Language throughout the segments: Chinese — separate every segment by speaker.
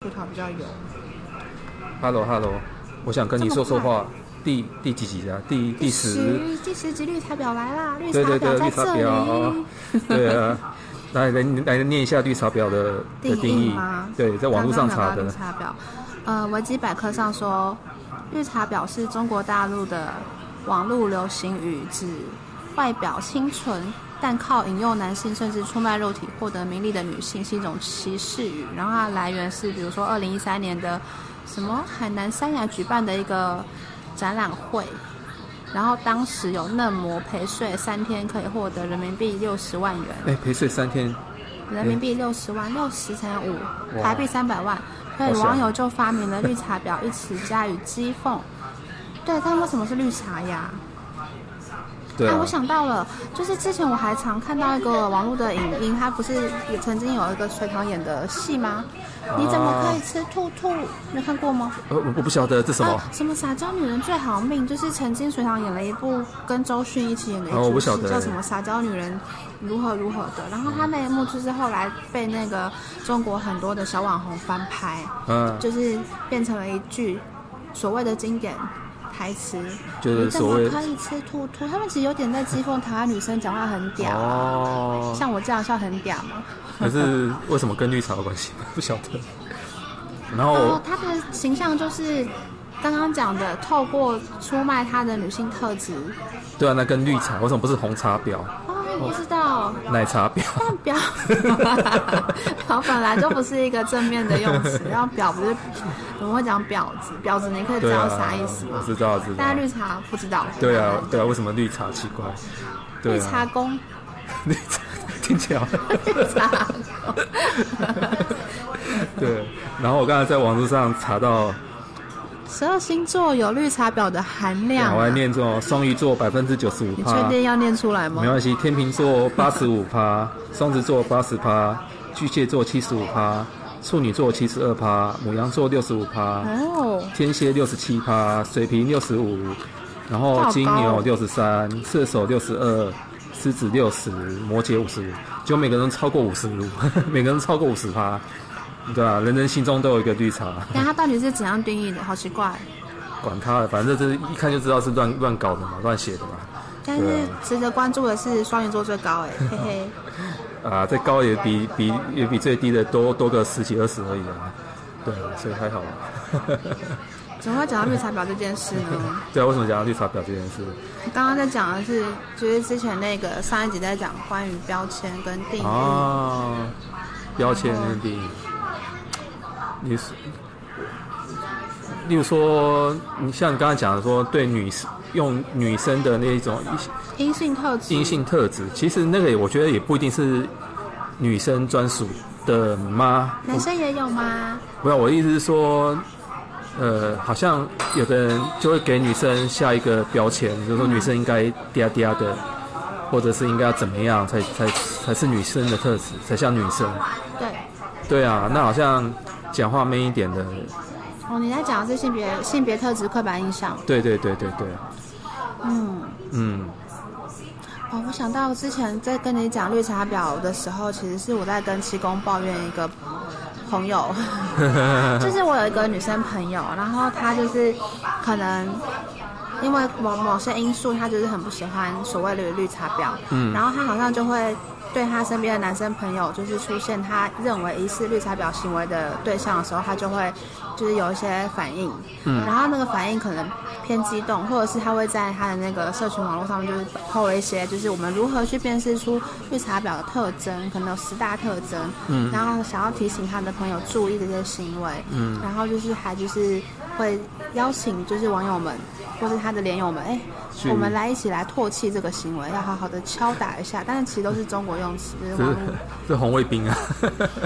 Speaker 1: 比较有。
Speaker 2: Hello Hello，我想跟你说说话。第第几集啊？第第十。
Speaker 1: 第十集绿茶婊来啦！绿茶
Speaker 2: 对对对，
Speaker 1: 婊
Speaker 2: 绿
Speaker 1: 在
Speaker 2: 茶
Speaker 1: 这里。
Speaker 2: 婊啊， 对啊。来来来，念一下绿茶婊的的定义
Speaker 1: 吗？。
Speaker 2: 对，在网络上查
Speaker 1: 刚刚讲到绿
Speaker 2: 的。
Speaker 1: 茶婊，呃，维基百科上说，绿茶婊是中国大陆的网络流行语，指外表清纯但靠引诱男性甚至出卖肉体获得名利的女性，是一种歧视语。然后它的来源是，比如说二零一三年的什么海南三亚举办的一个展览会。然后当时有嫩模陪睡三天，可以获得人民币六十万元。
Speaker 2: 哎，陪睡三天，
Speaker 1: 人民币六十万，六十乘以五，
Speaker 2: 哇
Speaker 1: 台币三百万，所
Speaker 2: 好
Speaker 1: 以
Speaker 2: 爽
Speaker 1: 网友就发明了绿茶婊一词加以讥讽。对，但为什么是绿茶呀？
Speaker 2: 对
Speaker 1: 啊，
Speaker 2: 啊
Speaker 1: 我。想到了，就是之前我还常看到一个网络的影音，它不是也曾经有一个隋唐演的戏吗？
Speaker 2: 啊
Speaker 1: 你怎么可以吃兔兔？你有看过吗？
Speaker 2: 呃，我我不晓得这什么
Speaker 1: 啊，。什么撒娇女人最好命？就是曾经隋唐演了一部跟周迅一起演的一
Speaker 2: 哦我
Speaker 1: 出
Speaker 2: 不
Speaker 1: 戏，
Speaker 2: 晓得
Speaker 1: 叫什么撒娇女人如何如何的。然后她那一幕就是后来被那个中国很多的小网红翻拍，
Speaker 2: 嗯，
Speaker 1: 就是变成了一句所谓的经典。台词，
Speaker 2: 就是
Speaker 1: 你怎
Speaker 2: 所
Speaker 1: 么
Speaker 2: 谓
Speaker 1: 可以吃兔兔？他们其实有点在讥讽台湾女生讲话很嗲、啊，
Speaker 2: 哦。
Speaker 1: 像我这样算很嗲吗？
Speaker 2: 可是为什么跟绿茶有关系？ 不晓得。然
Speaker 1: 哦
Speaker 2: 后，
Speaker 1: 他的形象就是刚刚讲的，透过出卖他的女性特质，
Speaker 2: 对啊，那跟绿茶为什么不是红茶婊、
Speaker 1: 哦，不知道，
Speaker 2: 奶茶婊？
Speaker 1: 但哦表， 表本来就不是一个正面的用词，然后表不是，我们会讲婊子，婊子你可以知
Speaker 2: 对啊
Speaker 1: 道啥意思，
Speaker 2: 我
Speaker 1: 吗？
Speaker 2: 知道，知道
Speaker 1: 但。绿茶不知道，
Speaker 2: 啊对啊，对啊，为什么绿茶奇怪？对
Speaker 1: 绿茶
Speaker 2: 啊，
Speaker 1: 工，
Speaker 2: 绿茶 听起来好像。
Speaker 1: 绿
Speaker 2: 啊
Speaker 1: 茶工，
Speaker 2: 对，然后我刚才在网络上查到，
Speaker 1: 十二星座有绿茶婊的含量
Speaker 2: 我
Speaker 1: 啊、
Speaker 2: 还念这种双鱼座百分之九十五
Speaker 1: 你确
Speaker 2: 趴，
Speaker 1: 定要念出来吗
Speaker 2: 没？关系，天秤座八十五趴， 双子座八十趴，巨蟹座七十五趴，处女座七十二趴，母羊座六十五趴，
Speaker 1: 哦，
Speaker 2: 天蝎六十七趴，水瓶六十五，然后金牛六十三，射手六十二，狮子六十，摩羯五十五，就每个人超过五十五， 每个人超过五十趴，对啊，人人心中都有一个绿茶，
Speaker 1: 那它到底是怎样定义的？好奇怪。
Speaker 2: 管他的，反正这一看就知道是乱乱搞的嘛，乱写的嘛，
Speaker 1: 但是值得关注的是双鱼座最高哎、嘿嘿。
Speaker 2: 啊，再高也比比也比最低的多多个十几二十而已啊，对啊， 所以还好啊。
Speaker 1: 怎么会讲到绿茶婊这件事呢？
Speaker 2: 对啊，为什么讲到绿茶婊这件事？
Speaker 1: 刚刚在讲的是，就是之前那个上一集在讲关于标签跟定义，
Speaker 2: 啊，标签认定，你是，例如说，你像你刚才讲的说，对女生用女生的那一种
Speaker 1: 阴性特质，
Speaker 2: 阴性特质，其实那个也我觉得也不一定是女生专属的吗？
Speaker 1: 男生也有吗？
Speaker 2: 不要，我的意思是说，呃，好像有的人就会给女生下一个标签，比如说女生应该嗲嗲的，或者是应该要怎么样才才才是女生的特质，才像女生。
Speaker 1: 对，
Speaker 2: 对啊，那好像讲话闷一点的，
Speaker 1: 哦，你在讲的是性别性别特质刻板印象，
Speaker 2: 对对对对对，
Speaker 1: 嗯，
Speaker 2: 嗯，
Speaker 1: 哦，我想到之前在跟你讲绿茶婊的时候，其实是我在跟七公抱怨一个朋友，就是我有一个女生朋友，然后她就是可能因为某某些因素，她就是很不喜欢所谓的绿茶婊，
Speaker 2: 嗯
Speaker 1: 然后她好像就会对她身边的男生朋友，就是出现她认为疑似绿茶婊行为的对象的时候，她就会就是有一些反应，
Speaker 2: 嗯
Speaker 1: 然后那个反应可能偏激动，或者是她会在她的那个社群网络上面就是抛了一些，就是我们如何去辨识出绿茶婊的特征，可能有十大特征，
Speaker 2: 嗯
Speaker 1: 然后想要提醒她的朋友注意这些行为，
Speaker 2: 嗯
Speaker 1: 然后就是还就是会邀请就是网友们或是他的连友们，哎，
Speaker 2: 去
Speaker 1: 我们来一起来唾弃这个行为，要好好的敲打一下。但是其实都是中国用词，就是
Speaker 2: 这
Speaker 1: 网
Speaker 2: 是
Speaker 1: 络
Speaker 2: 这红卫兵啊，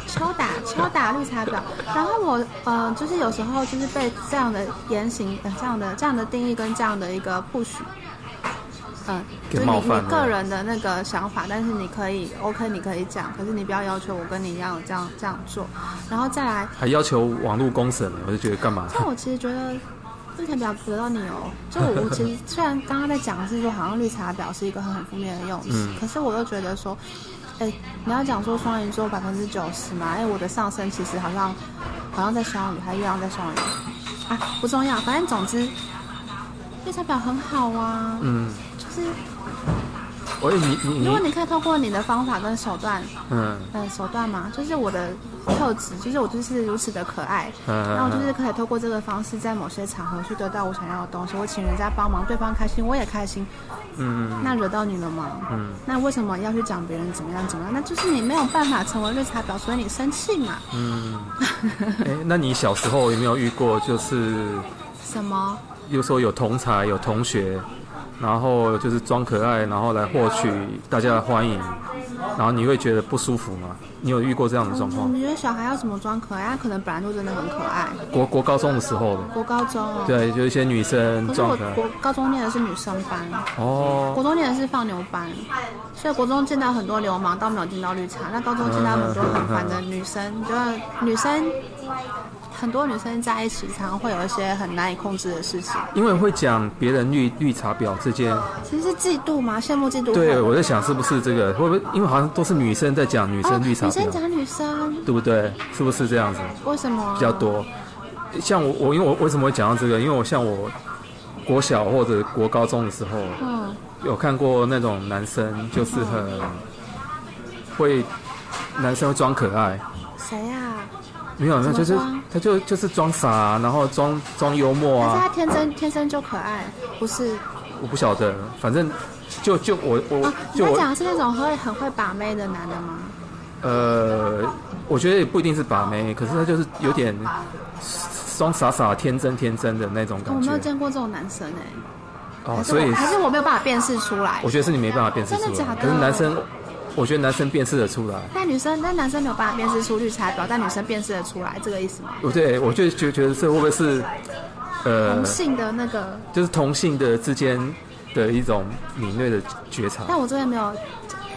Speaker 1: 敲打敲打绿茶婊。然后我呃，就是有时候就是被这样的言行、呃、这样的这样的定义跟这样的一个 push。嗯，
Speaker 2: 给
Speaker 1: 就是你
Speaker 2: 冒犯
Speaker 1: 你
Speaker 2: 了
Speaker 1: 个人的那个想法，但是你可以 OK，你可以讲，可是你不要要求我跟你一样这样这样做。然后再来，
Speaker 2: 还要求网络公审，我就觉得干 嘛？
Speaker 1: 但我其实觉得绿茶婊得到你哦，就我我 其实虽然刚刚在讲的是说好像绿茶婊是一个很很负面的用词，
Speaker 2: 嗯
Speaker 1: 可是我又觉得说，哎、你要讲说双鱼座百分之九十嘛，哎、我的上升其实好像好像在双鱼，还是月亮在双鱼啊？不重要，反正总之，绿茶婊很好啊。
Speaker 2: 嗯，
Speaker 1: 就是
Speaker 2: 喂，你你
Speaker 1: 如果
Speaker 2: 你，
Speaker 1: 你可以透过你的方法跟手段，
Speaker 2: 嗯
Speaker 1: 嗯，手段嘛，就是我的特质，就是我就是如此的可爱，
Speaker 2: 嗯，
Speaker 1: 然后哦就是可以透过这个方式，在某些场合去得到我想要的东西。我请人家帮忙，对方开心，我也开心。
Speaker 2: 嗯
Speaker 1: 那惹到你了吗？
Speaker 2: 嗯
Speaker 1: 那为什么要去讲别人怎么样怎么样？那就是你没有办法成为绿茶婊，所以你生气嘛？
Speaker 2: 嗯，哎、那你小时候有没有遇过，就是
Speaker 1: 什么？
Speaker 2: 比如说有同才有同学，然后就是装可爱，然后来获取大家的欢迎，然后你会觉得不舒服吗？你有遇过这样的状
Speaker 1: 我
Speaker 2: 况？
Speaker 1: 们觉得小孩要怎么装可爱？他可能本来就真的很可爱。
Speaker 2: 国国高中的时候的，
Speaker 1: 国高中哦，
Speaker 2: 对，就一些女生
Speaker 1: 可是
Speaker 2: 装
Speaker 1: 我
Speaker 2: 可爱
Speaker 1: 国高中念的是女生班，
Speaker 2: 哦，
Speaker 1: 国中念的是放牛班，所以国中见到很多流氓，倒没有见到绿茶。那高中见到很多很烦的女生，就是女生很多女生在一起，常常会有一些很难以控制的事情。
Speaker 2: 因为会讲别人绿绿茶婊这件，
Speaker 1: 其实是嫉妒嘛，羡慕嫉妒恨。
Speaker 2: 对我在想是不是这个会不会，因为好像都是女生在讲女
Speaker 1: 哦，
Speaker 2: 生绿茶
Speaker 1: 女生
Speaker 2: 婊，
Speaker 1: 讲女生，
Speaker 2: 对不对？是不是这样子？
Speaker 1: 为什么
Speaker 2: 比较？多。像我，我因为我为什么会讲到这个？因为我像我国小或者国高中的时候，
Speaker 1: 嗯，
Speaker 2: 有看过那种男生，就是很会男生会装可爱，
Speaker 1: 谁呀、啊？
Speaker 2: 没有，没有，
Speaker 1: 怎么
Speaker 2: 就是
Speaker 1: 装
Speaker 2: 他就就是装傻、然后装装幽默
Speaker 1: 可是
Speaker 2: 啊
Speaker 1: 她，天生天生就可爱，不是？
Speaker 2: 我不晓得，反正就就我我
Speaker 1: 啊，你
Speaker 2: 就
Speaker 1: 在
Speaker 2: 我
Speaker 1: 讲的是那种会很会把妹的男的吗？
Speaker 2: 呃，我觉得也不一定是把妹，可是他就是有点装傻傻、天真天真的那种
Speaker 1: 我
Speaker 2: 感
Speaker 1: 没
Speaker 2: 觉
Speaker 1: 有见过这种男生哎、
Speaker 2: 哦，
Speaker 1: 哦还是
Speaker 2: 所以
Speaker 1: 我还是我没有办法辨识出来
Speaker 2: 我。觉得是你没办法辨识出来，
Speaker 1: 真的假的
Speaker 2: 可是男生，我觉得男生辨识得出来。
Speaker 1: 那女生，那男生没有办法辨识出绿茶婊，但女生辨识得出来，这个意思吗？
Speaker 2: 我对我就觉觉得这会不会是，呃
Speaker 1: 同，性的那个，
Speaker 2: 就是同性的之间的一种敏锐的觉察。
Speaker 1: 但我真的没有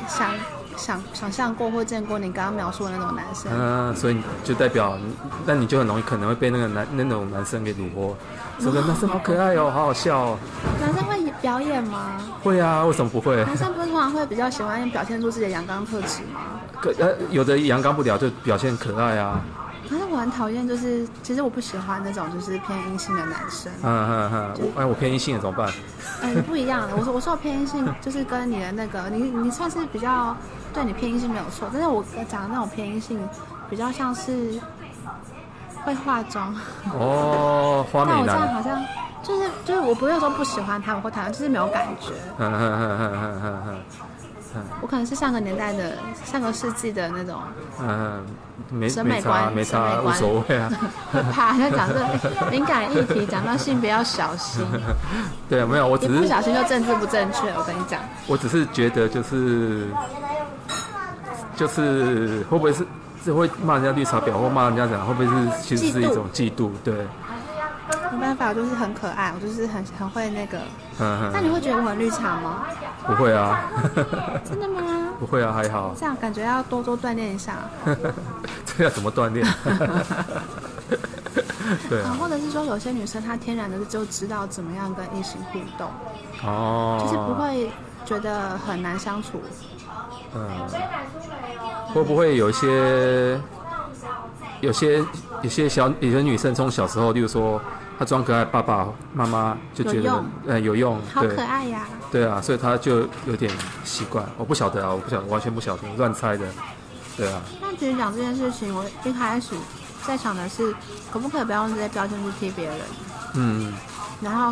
Speaker 1: 想想想象过或见过你刚刚描述的那种男生。
Speaker 2: 嗯、所以就代表你，那你就很容易可能会被那个男那种男生给虏获。这个男生好可爱哦，好好笑哦。
Speaker 1: 男生会表演吗？
Speaker 2: 会啊，为什么不会？
Speaker 1: 男生不是通常会比较喜欢表现出自己的阳刚特质吗？
Speaker 2: 可呃，有的阳刚不了就表现可爱啊，
Speaker 1: 可是我很讨厌，就是其实我不喜欢那种就是偏阴性的男生。
Speaker 2: 嗯嗯嗯，我哎我偏异性了怎么办？
Speaker 1: 哎，不一样的。我说我说我偏阴性，就是 跟你的那个，你你算是比较对你偏阴性没有错，但是我讲的那种偏阴性，比较像是会化妆，
Speaker 2: 哦，花
Speaker 1: 但
Speaker 2: 美
Speaker 1: 我这样
Speaker 2: 男，
Speaker 1: 好像就是就是我不会说不喜欢他们或讨厌，就是没有感觉。
Speaker 2: 嗯嗯嗯嗯嗯嗯嗯。
Speaker 1: 我可能是上个年代的上个世纪的那种，
Speaker 2: 嗯，没
Speaker 1: 审
Speaker 2: 没
Speaker 1: 美
Speaker 2: 差
Speaker 1: 观
Speaker 2: 没
Speaker 1: 审
Speaker 2: 差，
Speaker 1: 美
Speaker 2: 无
Speaker 1: 观
Speaker 2: 所谓啊。
Speaker 1: 会怕在讲这敏感议题，讲到性别要小心，
Speaker 2: 对，啊没有，我
Speaker 1: 一
Speaker 2: 只
Speaker 1: 不
Speaker 2: 是
Speaker 1: 小心就政治不正确。我跟你讲，
Speaker 2: 我只是觉得就是就是会不会是是会骂人家绿茶婊或骂人家怎样，会不会是其实是一种嫉妒？对，
Speaker 1: 没办法，我就是很可爱，我就是很很会那个。
Speaker 2: 嗯
Speaker 1: 那你
Speaker 2: 嗯，
Speaker 1: 会觉得我很绿茶吗？
Speaker 2: 不会啊，
Speaker 1: 真的吗？
Speaker 2: 不会啊，还好，
Speaker 1: 这样感觉要多多锻炼一下，
Speaker 2: 这要怎么锻炼？对
Speaker 1: 啊，
Speaker 2: 啊，
Speaker 1: 或者是说有些女生她天然的就知道怎么样跟异性互动，
Speaker 2: 哦，
Speaker 1: 就是不，会觉得很难相处。
Speaker 2: 嗯，
Speaker 1: 哦
Speaker 2: 会不会有一些有些有些小有些女生从小时候，例如说她装可爱，爸爸妈妈就觉
Speaker 1: 有
Speaker 2: 得
Speaker 1: 用
Speaker 2: 呃有用，
Speaker 1: 好可
Speaker 2: 对
Speaker 1: 爱呀！
Speaker 2: 对啊，所以她就有点习惯。我不晓得啊，我不晓得，完全不晓得，乱猜的。对啊，
Speaker 1: 那其实讲这件事情，我一开始在想的是，可不可以不要用这些标签去贴别人，
Speaker 2: 嗯，
Speaker 1: 然后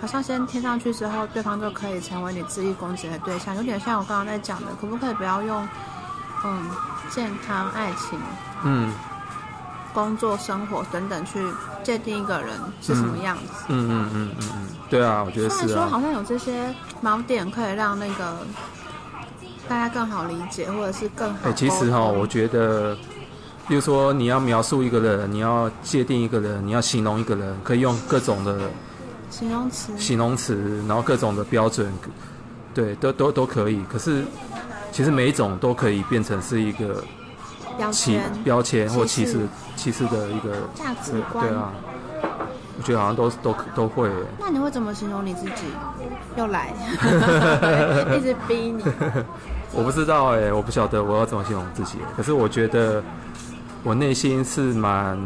Speaker 1: 好像先贴上去之后，对方就可以成为你恣意攻击的对象，有点像我刚刚在讲的，可不可以不要用嗯健康、爱情、
Speaker 2: 嗯
Speaker 1: 工作、生活等等去界定一个人是什么样子？
Speaker 2: 嗯嗯嗯嗯嗯，对啊，我觉得
Speaker 1: 虽然
Speaker 2: 是
Speaker 1: 说
Speaker 2: 啊，
Speaker 1: 好像有这些锚点可以让那个大家更好理解，或者是更好
Speaker 2: 哎、
Speaker 1: 沟通。
Speaker 2: 其实哈、
Speaker 1: 哦
Speaker 2: 我觉得，例如说你要描述一个人，你要界定一个人，你要形容一个人，可以用各种的
Speaker 1: 形容词
Speaker 2: 形容词，然后各种的标准，对，都都都可以。可是其实每一种都可以变成是一个
Speaker 1: 标
Speaker 2: 歧
Speaker 1: 签、
Speaker 2: 标签或歧视
Speaker 1: 视
Speaker 2: 歧视的一个
Speaker 1: 价值
Speaker 2: 对
Speaker 1: 观。
Speaker 2: 对啊，我觉得好像都都都会耶。
Speaker 1: 那你会怎么形容你自己？又来， 一直逼你。
Speaker 2: 欸我不知道哎、我不晓得我要怎么形容自己。可是我觉得，我内心是蛮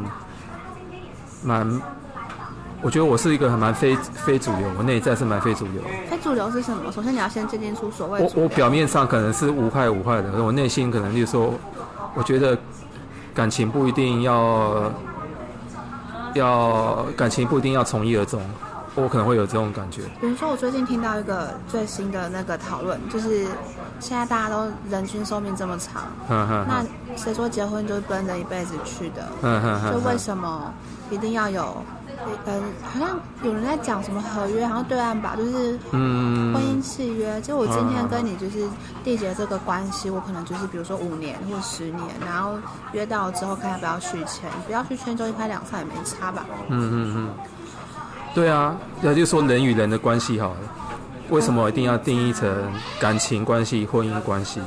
Speaker 2: 蛮，我觉得我是一个还蛮非非主流，我内在是蛮非主流。
Speaker 1: 非主流是什么？首先你要先界定出所谓主
Speaker 2: 我
Speaker 1: 流
Speaker 2: 我表面上可能是无害无害的，可是我内心可能就是说，我觉得感情不一定要要感情不一定要从一而终，我可能会有这种感觉。
Speaker 1: 比如说，我最近听到一个最新的那个讨论，就是现在大家都人均寿命这么长，
Speaker 2: 哼哼
Speaker 1: 那
Speaker 2: 哼
Speaker 1: 谁说结婚就是奔着一辈子去的？
Speaker 2: 哼哼
Speaker 1: 就
Speaker 2: 哼
Speaker 1: 为
Speaker 2: 哼，
Speaker 1: 什么一定要有？嗯，好像有人在讲什么合约，好像对岸吧，就是
Speaker 2: 嗯
Speaker 1: 婚姻契约。就我今天跟你就是缔结这个关系，我可能就是比如说五年或十年，然后约到之后看要不要续签，不要续签就一拍两散也没差吧。
Speaker 2: 嗯嗯嗯，对啊，那就说人与人的关系好了，为什么一定要定义成感情关系、婚姻关系？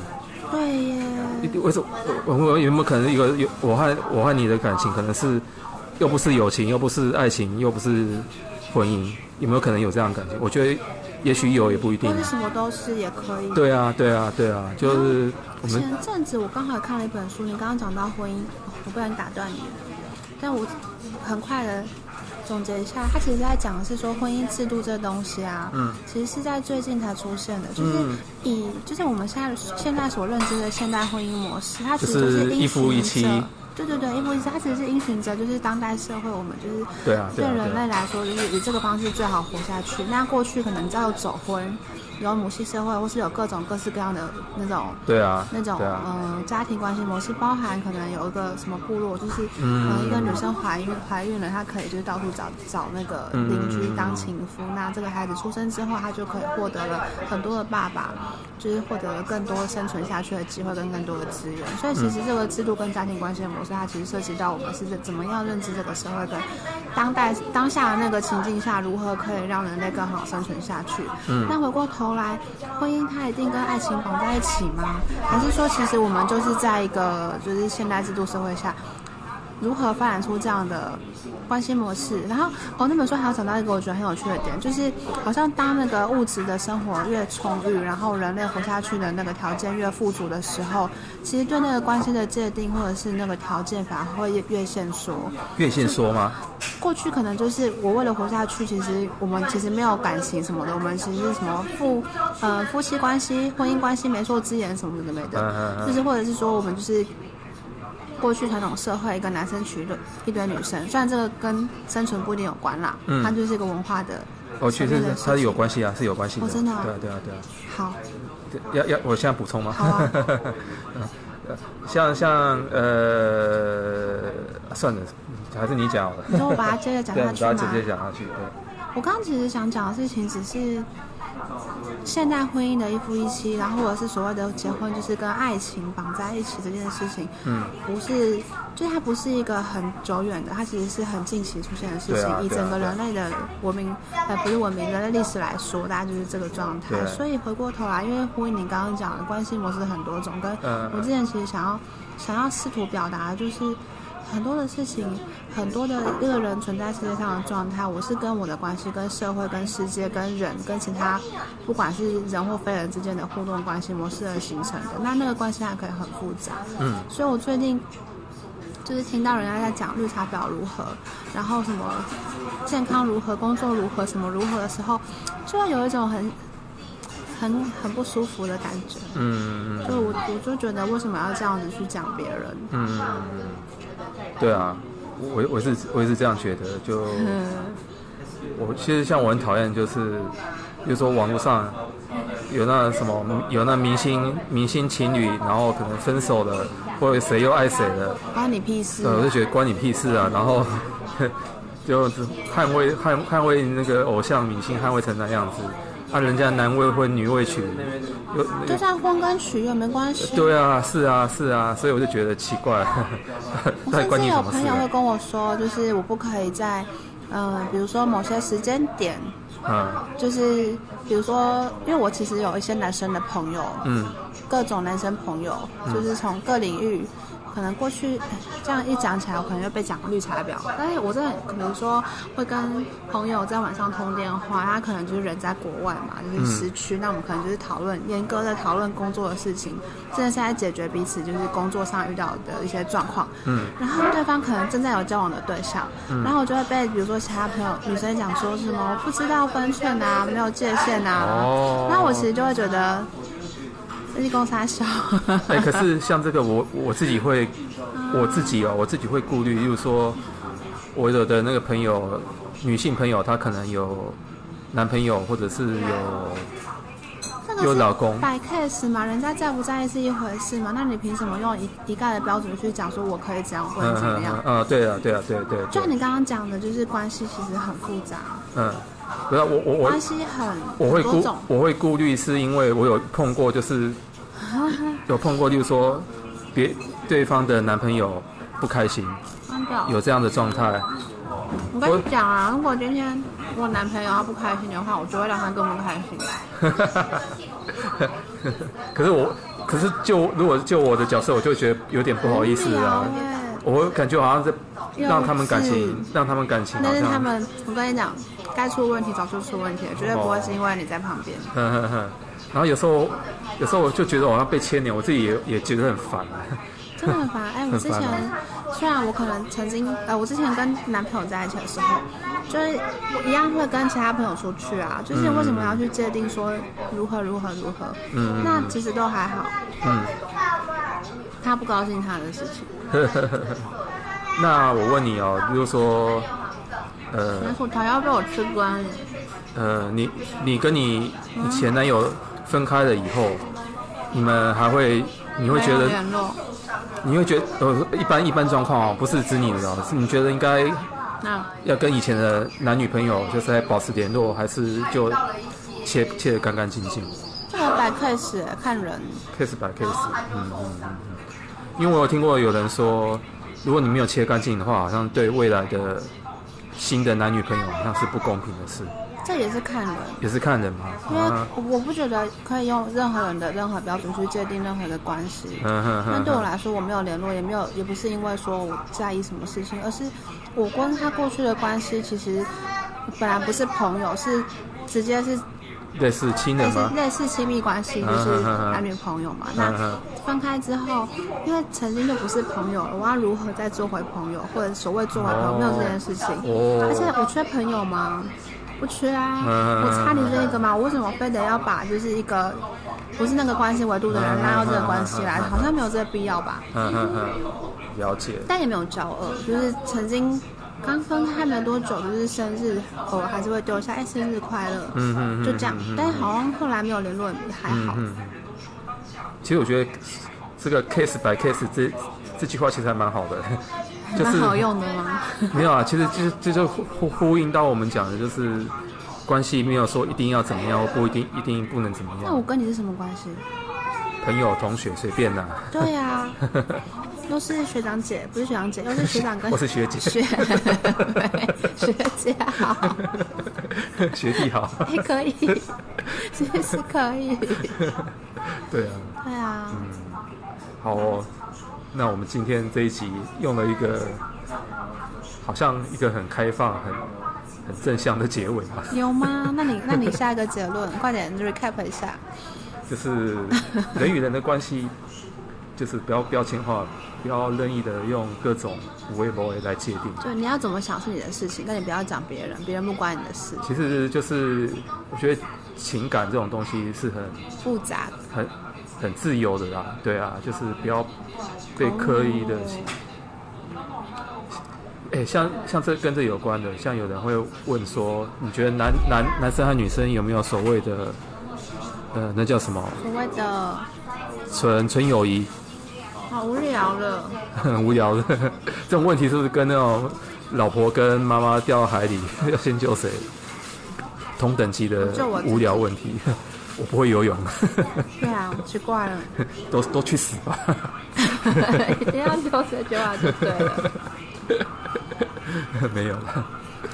Speaker 1: 对耶，
Speaker 2: 为什么我我有没有可能一个有我和我和你的感情可能是又不是友情，又不是爱情，又不是婚姻，有没有可能有这样的感觉？我觉得也许有，也不一定
Speaker 1: 或。是什么都是也可以。
Speaker 2: 对啊，对啊，对啊，就是我们
Speaker 1: 前阵子我刚好看了一本书，你刚刚讲到婚姻，哦我不小心打断你了，但我很快的总结一下，他其实在讲的是说婚姻制度这东西啊，
Speaker 2: 嗯，
Speaker 1: 其实是在最近才出现的，就是
Speaker 2: 嗯
Speaker 1: 以、就是我们现在现在所认知的现代婚姻模式，它其实
Speaker 2: 就是
Speaker 1: 是
Speaker 2: 一夫一
Speaker 1: 依
Speaker 2: 妻
Speaker 1: 循着对对对，一夫一妻，它其实是依循着就是当代社会我们就是
Speaker 2: 对啊对啊对
Speaker 1: 对
Speaker 2: 啊
Speaker 1: 人类来说，就是以这个方式最好活下去。那过去可能叫走婚，有母系社会，或是有各种各式各样的那种
Speaker 2: 对啊，
Speaker 1: 那种
Speaker 2: 对啊，
Speaker 1: 呃家庭关系模式，包含可能有一个什么部落，就是
Speaker 2: 嗯
Speaker 1: 呃一个女生怀孕怀孕了，她可以就是到处找找那个
Speaker 2: 嗯
Speaker 1: 邻居当情夫，那这个孩子出生之后，她就可以获得了很多的爸爸，就是获得了更多生存下去的机会跟更多的资源。所以其实这个制度跟家庭关系的模式，它其实涉及到我们是怎么样认知这个社会跟当代当下的那个情境下，如何可以让人类更好生存下去。
Speaker 2: 嗯
Speaker 1: 那回过头来，婚姻它一定跟爱情绑在一起吗？还是说，其实我们就是在一个就是现代制度社会下，如何发展出这样的关系模式？然后哦，那本书还有讲到一个我觉得很有趣的点，就是好像当那个物质的生活越充裕，然后人类活下去的那个条件越富足的时候，其实对那个关系的界定或者是那个条件反而会越越限缩。
Speaker 2: 越线说吗？
Speaker 1: 过去可能就是我为了活下去，其实我们其实没有感情什么的，我们其实是什么夫呃夫妻关系、婚姻关系媒妁之言什么有的没
Speaker 2: 嗯嗯
Speaker 1: 的，
Speaker 2: 嗯
Speaker 1: 就是或者是说我们就是过去传统社会一个男生娶一堆一堆女生，虽然这个跟生存不一定有关啦，
Speaker 2: 嗯
Speaker 1: 它就是一个文化的。
Speaker 2: 哦，其实
Speaker 1: 对对
Speaker 2: 它是有关系啊，是有关系的。
Speaker 1: 哦真的啊
Speaker 2: 对啊，对啊，对啊。
Speaker 1: 好，
Speaker 2: 要要，我现在补充吗？
Speaker 1: 好啊
Speaker 2: 嗯呃 像像呃，算了，还是你讲好了。
Speaker 1: 你说我把它接着讲
Speaker 2: 对，
Speaker 1: 下
Speaker 2: 你
Speaker 1: 去
Speaker 2: 把它
Speaker 1: 吗
Speaker 2: 直接讲下去。对，
Speaker 1: 我刚刚其实想讲的事情只是现代婚姻的一夫一妻，然后或者是所谓的结婚，就是跟爱情绑在一起这件事情，
Speaker 2: 嗯，
Speaker 1: 不是，就是它不是一个很久远的，它其实是很近期出现的事
Speaker 2: 对
Speaker 1: 情。
Speaker 2: 啊
Speaker 1: 以
Speaker 2: 对啊
Speaker 1: 整个人类的文明，呃，不是文明，人类历史来说，大家就是这个状态。
Speaker 2: 对
Speaker 1: 所以回过头来，因为呼应你刚刚讲的关系模式很多种，跟
Speaker 2: 嗯嗯
Speaker 1: 我之前其实想要想要试图表达的就是。很多的事情，很多的一个人存在世界上的状态，我是跟我的关系、跟社会、跟世界、跟人、跟其他，不管是人或非人之间的互动关系模式而形成的。那那个关系还可以很复杂，
Speaker 2: 嗯，
Speaker 1: 所以我最近就是听到人家在讲绿茶婊如何，然后什么健康如何、工作如何、什么如何的时候，就会有一种很很很不舒服的感觉。
Speaker 2: 嗯
Speaker 1: 就我我就觉得为什么要这样子去讲别人？
Speaker 2: 嗯嗯，对啊，我我是我也是这样觉得。就
Speaker 1: 嗯，
Speaker 2: 我其实像我很讨厌，就是比如说网络上有那什么有那明星明星情侣，然后可能分手了，或者谁又爱谁了。
Speaker 1: 关你屁事
Speaker 2: 对，！我就觉得关你屁事啊！然后 就捍卫捍捍卫那个偶像明星，捍卫成那样子，啊，人家男未婚女未娶，又
Speaker 1: 就算婚跟娶也没关系。
Speaker 2: 对啊，是啊，是啊，所以我就觉得奇怪，
Speaker 1: 我
Speaker 2: 到底
Speaker 1: 甚
Speaker 2: 关
Speaker 1: 至
Speaker 2: 你
Speaker 1: 有
Speaker 2: 什么
Speaker 1: 朋
Speaker 2: 事
Speaker 1: 友会
Speaker 2: 啊？
Speaker 1: 跟我说，就是我不可以在，呃，比如说某些时间点，
Speaker 2: 嗯
Speaker 1: 就是比如说，因为我其实有一些男生的朋友，
Speaker 2: 嗯
Speaker 1: 各种男生朋友，就是从各领域，可能过去哎这样一讲起来，我可能就被讲绿茶婊。但是我真的，比如说会跟朋友在晚上通电话，他可能就是人在国外嘛，
Speaker 2: 嗯
Speaker 1: 就是时区，那我们可能就是讨论严格的讨论工作的事情，真的是在解决彼此就是工作上遇到的一些状况。
Speaker 2: 嗯，
Speaker 1: 然后对方可能正在有交往的对象，然后我就会被比如说其他朋友女生讲说什么不知道分寸啊，没有界限啊，
Speaker 2: 哦
Speaker 1: 那我其实就会觉得这是公差小。
Speaker 2: 哎、可是像这个我我自己会，我自己哦，我自己会顾虑，例如说，我有的那个朋友，女性朋友，她可能有男朋友，或者是有
Speaker 1: 这个
Speaker 2: 有
Speaker 1: 是
Speaker 2: 老公
Speaker 1: 摆 case 嘛，人家在不在意是一回事嘛，那你凭什么用一一概的标准去讲说我可以怎样，不
Speaker 2: 嗯
Speaker 1: 能怎么
Speaker 2: 嗯
Speaker 1: 样？
Speaker 2: 嗯嗯，对啊对啊对对对，
Speaker 1: 就像你刚刚讲的，就是关系其实很复杂，
Speaker 2: 嗯，不是我我我
Speaker 1: 关系很
Speaker 2: 我会
Speaker 1: 很啊多
Speaker 2: 顾
Speaker 1: 种。
Speaker 2: 我会顾虑，是因为我有碰过， 就是有碰过，例如说别对方的男朋友不开心，
Speaker 1: 关掉。
Speaker 2: 有这样的状态，
Speaker 1: 我跟你讲啊，如果今天我男朋友他不开心的话，我就会让他更不开心。
Speaker 2: 可是我，可是就如果就我的角色，我就觉得有点不好意思啊
Speaker 1: 无，聊欸
Speaker 2: 我会感觉好像在让他们感
Speaker 1: 幼
Speaker 2: 情
Speaker 1: 稚，
Speaker 2: 让他们感情好
Speaker 1: 但是他
Speaker 2: 像，
Speaker 1: 们，我跟你讲，该出问题早就出问题了，绝对不会是因为你在旁边。
Speaker 2: 哼哼哼。嗯然后有时候，有时候我就觉得我好像被牵连，我自己也也觉得很烦啊。
Speaker 1: 真的很烦。 哎、我
Speaker 2: 很
Speaker 1: 之
Speaker 2: 烦啊
Speaker 1: 前
Speaker 2: 吗
Speaker 1: 虽然我可能曾经，呃，我之前跟男朋友在一起的时候，就是我一样会跟其他朋友出去啊，就是为什么要去界定说如何如何如何？
Speaker 2: 嗯
Speaker 1: 那其实都还好，
Speaker 2: 嗯。
Speaker 1: 他不高兴他的事情，
Speaker 2: 嗯 那我问你哦，比如说，呃
Speaker 1: 那薯条要被我吃光了。
Speaker 2: 呃，你你跟你你前男友分开了以后，你们还会，你会
Speaker 1: 没
Speaker 2: 觉
Speaker 1: 有
Speaker 2: 得
Speaker 1: 联络，
Speaker 2: 你会觉得呃，一般一般状况哦，不是指你的哦，是你觉得应该
Speaker 1: 那
Speaker 2: 要跟以前的男女朋友就是在保持联络，还是就切切得干干净净
Speaker 1: 这个摆 case 欸看人，
Speaker 2: ，case by case？嗯嗯嗯嗯。因为我有听过有人说，如果你没有切干净的话，好像对未来的新的男女朋友好像是不公平的事，
Speaker 1: 这也是看人。
Speaker 2: 也是看人嘛。
Speaker 1: 因为
Speaker 2: 啊，
Speaker 1: 我不觉得可以用任何人的任何标准去界定任何的关系。
Speaker 2: 嗯哼
Speaker 1: 那
Speaker 2: 哼
Speaker 1: 对我
Speaker 2: 哼，
Speaker 1: 来说，我没有联络，也没有，也不是因为说我在意什么事情，而是我跟他过去的关系，其实本来不是朋友，是直接是
Speaker 2: 类似亲
Speaker 1: 类
Speaker 2: 人
Speaker 1: 似
Speaker 2: 吗？
Speaker 1: 类似亲密关系，就是男女朋友嘛。那
Speaker 2: 嗯嗯
Speaker 1: 分开之后，因为曾经就不是朋友了，我要如何再做回朋友，或者所谓做回朋友，没有这件事情。
Speaker 2: 哦
Speaker 1: 而且我缺朋友吗？不缺啊，
Speaker 2: 嗯嗯嗯
Speaker 1: 我差你这一个嘛，我为什么非得要把就是一个不是那个关系维度的人拉到这个关系来？
Speaker 2: 嗯嗯嗯嗯嗯
Speaker 1: 好像没有这个必要吧。
Speaker 2: 嗯哼哼，
Speaker 1: 嗯
Speaker 2: 了解。
Speaker 1: 但也没有骄傲，就是曾经刚分开没多久，就是生日，偶尔还是会丢一下，哎，生日快乐，
Speaker 2: 嗯哼哼
Speaker 1: 就这样
Speaker 2: 嗯哼。
Speaker 1: 但是好像后来没有联络，也还 好。
Speaker 2: 嗯嗯。其实我觉得这个 case by case 这这句话其实还蛮好的， 就是
Speaker 1: 蛮好用的 吗？
Speaker 2: 没有啊，其实就是这就呼呼呼应到我们讲的，就是关系没有说一定要怎么样，或不一定一定不能怎么
Speaker 1: 那我
Speaker 2: 样，
Speaker 1: 跟你是什么关系？
Speaker 2: 朋友同学随便啦、
Speaker 1: 对呀、又是学长姐，不是 学长姐，又是学长跟
Speaker 2: 我是学姐
Speaker 1: 学 学姐 好，
Speaker 2: 学弟好，
Speaker 1: 哎、可以，其实是可以。
Speaker 2: 对啊，
Speaker 1: 对啊，
Speaker 2: 好哦，那我们今天这一集用了一个好像一个很开放、很很正向的结尾吧。
Speaker 1: 有吗？那你那你下一个结论，快点 recap 一下。
Speaker 2: 就是人与人的关系，就是不要标签化，不要任意的用各种无谓不谓来界定。
Speaker 1: 就你要怎么想是你的事情，但你不要讲别人，别人不关你的事，
Speaker 2: 其实就是我觉得情感这种东西是很
Speaker 1: 复杂的。
Speaker 2: 很很自由的啦，对啊，就是不要被刻意的。
Speaker 1: 哦
Speaker 2: 哎、像像这跟这有关的，像有人会问说，你觉得男男男生和女生有没有所谓的，呃，那叫什么
Speaker 1: 所谓的
Speaker 2: 纯纯友谊？
Speaker 1: 好无聊了，
Speaker 2: 很无聊的 这种问题，是不是跟那种老婆跟妈妈掉到海里 要先救谁同等级的
Speaker 1: 救我自己
Speaker 2: 无聊问题？ 我不会游泳，
Speaker 1: 对啊，奇怪了。
Speaker 2: 都都去死吧！
Speaker 1: 一定要留学久啊，就对 了。
Speaker 2: 没有了，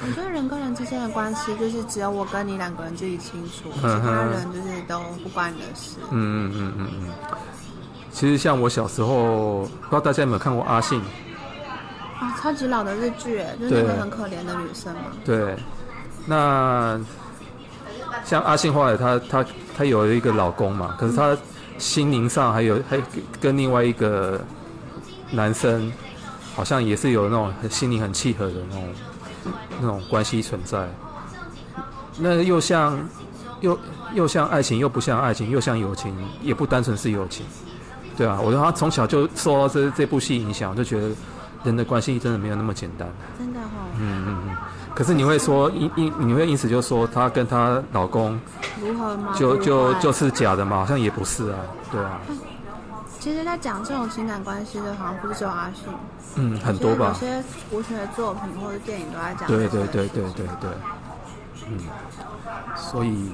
Speaker 1: 我觉得人跟人之间的关系，就是只有我跟你两个人自己清楚，其
Speaker 2: 嗯哼
Speaker 1: 他人就是都不关你的事。
Speaker 2: 嗯嗯嗯嗯嗯。其实像我小时候，不知道大家有没有看过《阿信》？
Speaker 1: 啊，超级老的日剧耶，就是那个
Speaker 2: 对
Speaker 1: 很可怜的女生嘛。
Speaker 2: 对，那像阿信后来她她她有一个老公嘛，可是她心灵上还有还跟另外一个男生，好像也是有那种很心灵很契合的那种那种关系存在。那又像又又像爱情，又不像爱情，又像友情，也不单纯是友情。对啊，我觉得他从小就受到这这部戏影响，就觉得人的关系真的没有那么简单。
Speaker 1: 真的哦，
Speaker 2: 嗯嗯嗯。可是你会说，因因你会因此就说她跟她老公
Speaker 1: 如何吗？
Speaker 2: 就
Speaker 1: 不
Speaker 2: 就
Speaker 1: 爱
Speaker 2: 就是假的嘛？好像也不是啊，对啊，
Speaker 1: 其实，在讲这种情感关系的，好像不是只有阿信，
Speaker 2: 嗯，很多吧
Speaker 1: 其，实有些文学作品或者电影都在讲。
Speaker 2: 对对对对对对，嗯，所以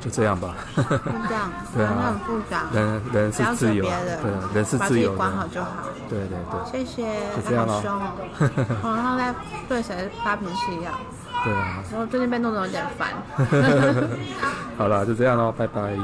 Speaker 2: 就这样吧，
Speaker 1: 就这样，
Speaker 2: 对啊
Speaker 1: 反正很复杂，
Speaker 2: 人人
Speaker 1: 不
Speaker 2: 是
Speaker 1: 要
Speaker 2: 自
Speaker 1: 扯
Speaker 2: 由
Speaker 1: 别
Speaker 2: 的，
Speaker 1: 人，
Speaker 2: 对，啊人是
Speaker 1: 把
Speaker 2: 自
Speaker 1: 己
Speaker 2: 由
Speaker 1: 管好
Speaker 2: 的，
Speaker 1: 就好。
Speaker 2: 对对对，
Speaker 1: 谢谢，
Speaker 2: 就这样
Speaker 1: 好
Speaker 2: 咯
Speaker 1: 凶哦，好像在对谁发脾气一样。
Speaker 2: 对啊，
Speaker 1: 我最近被弄得有点烦。
Speaker 2: 啊 好了，就这样喽，拜拜。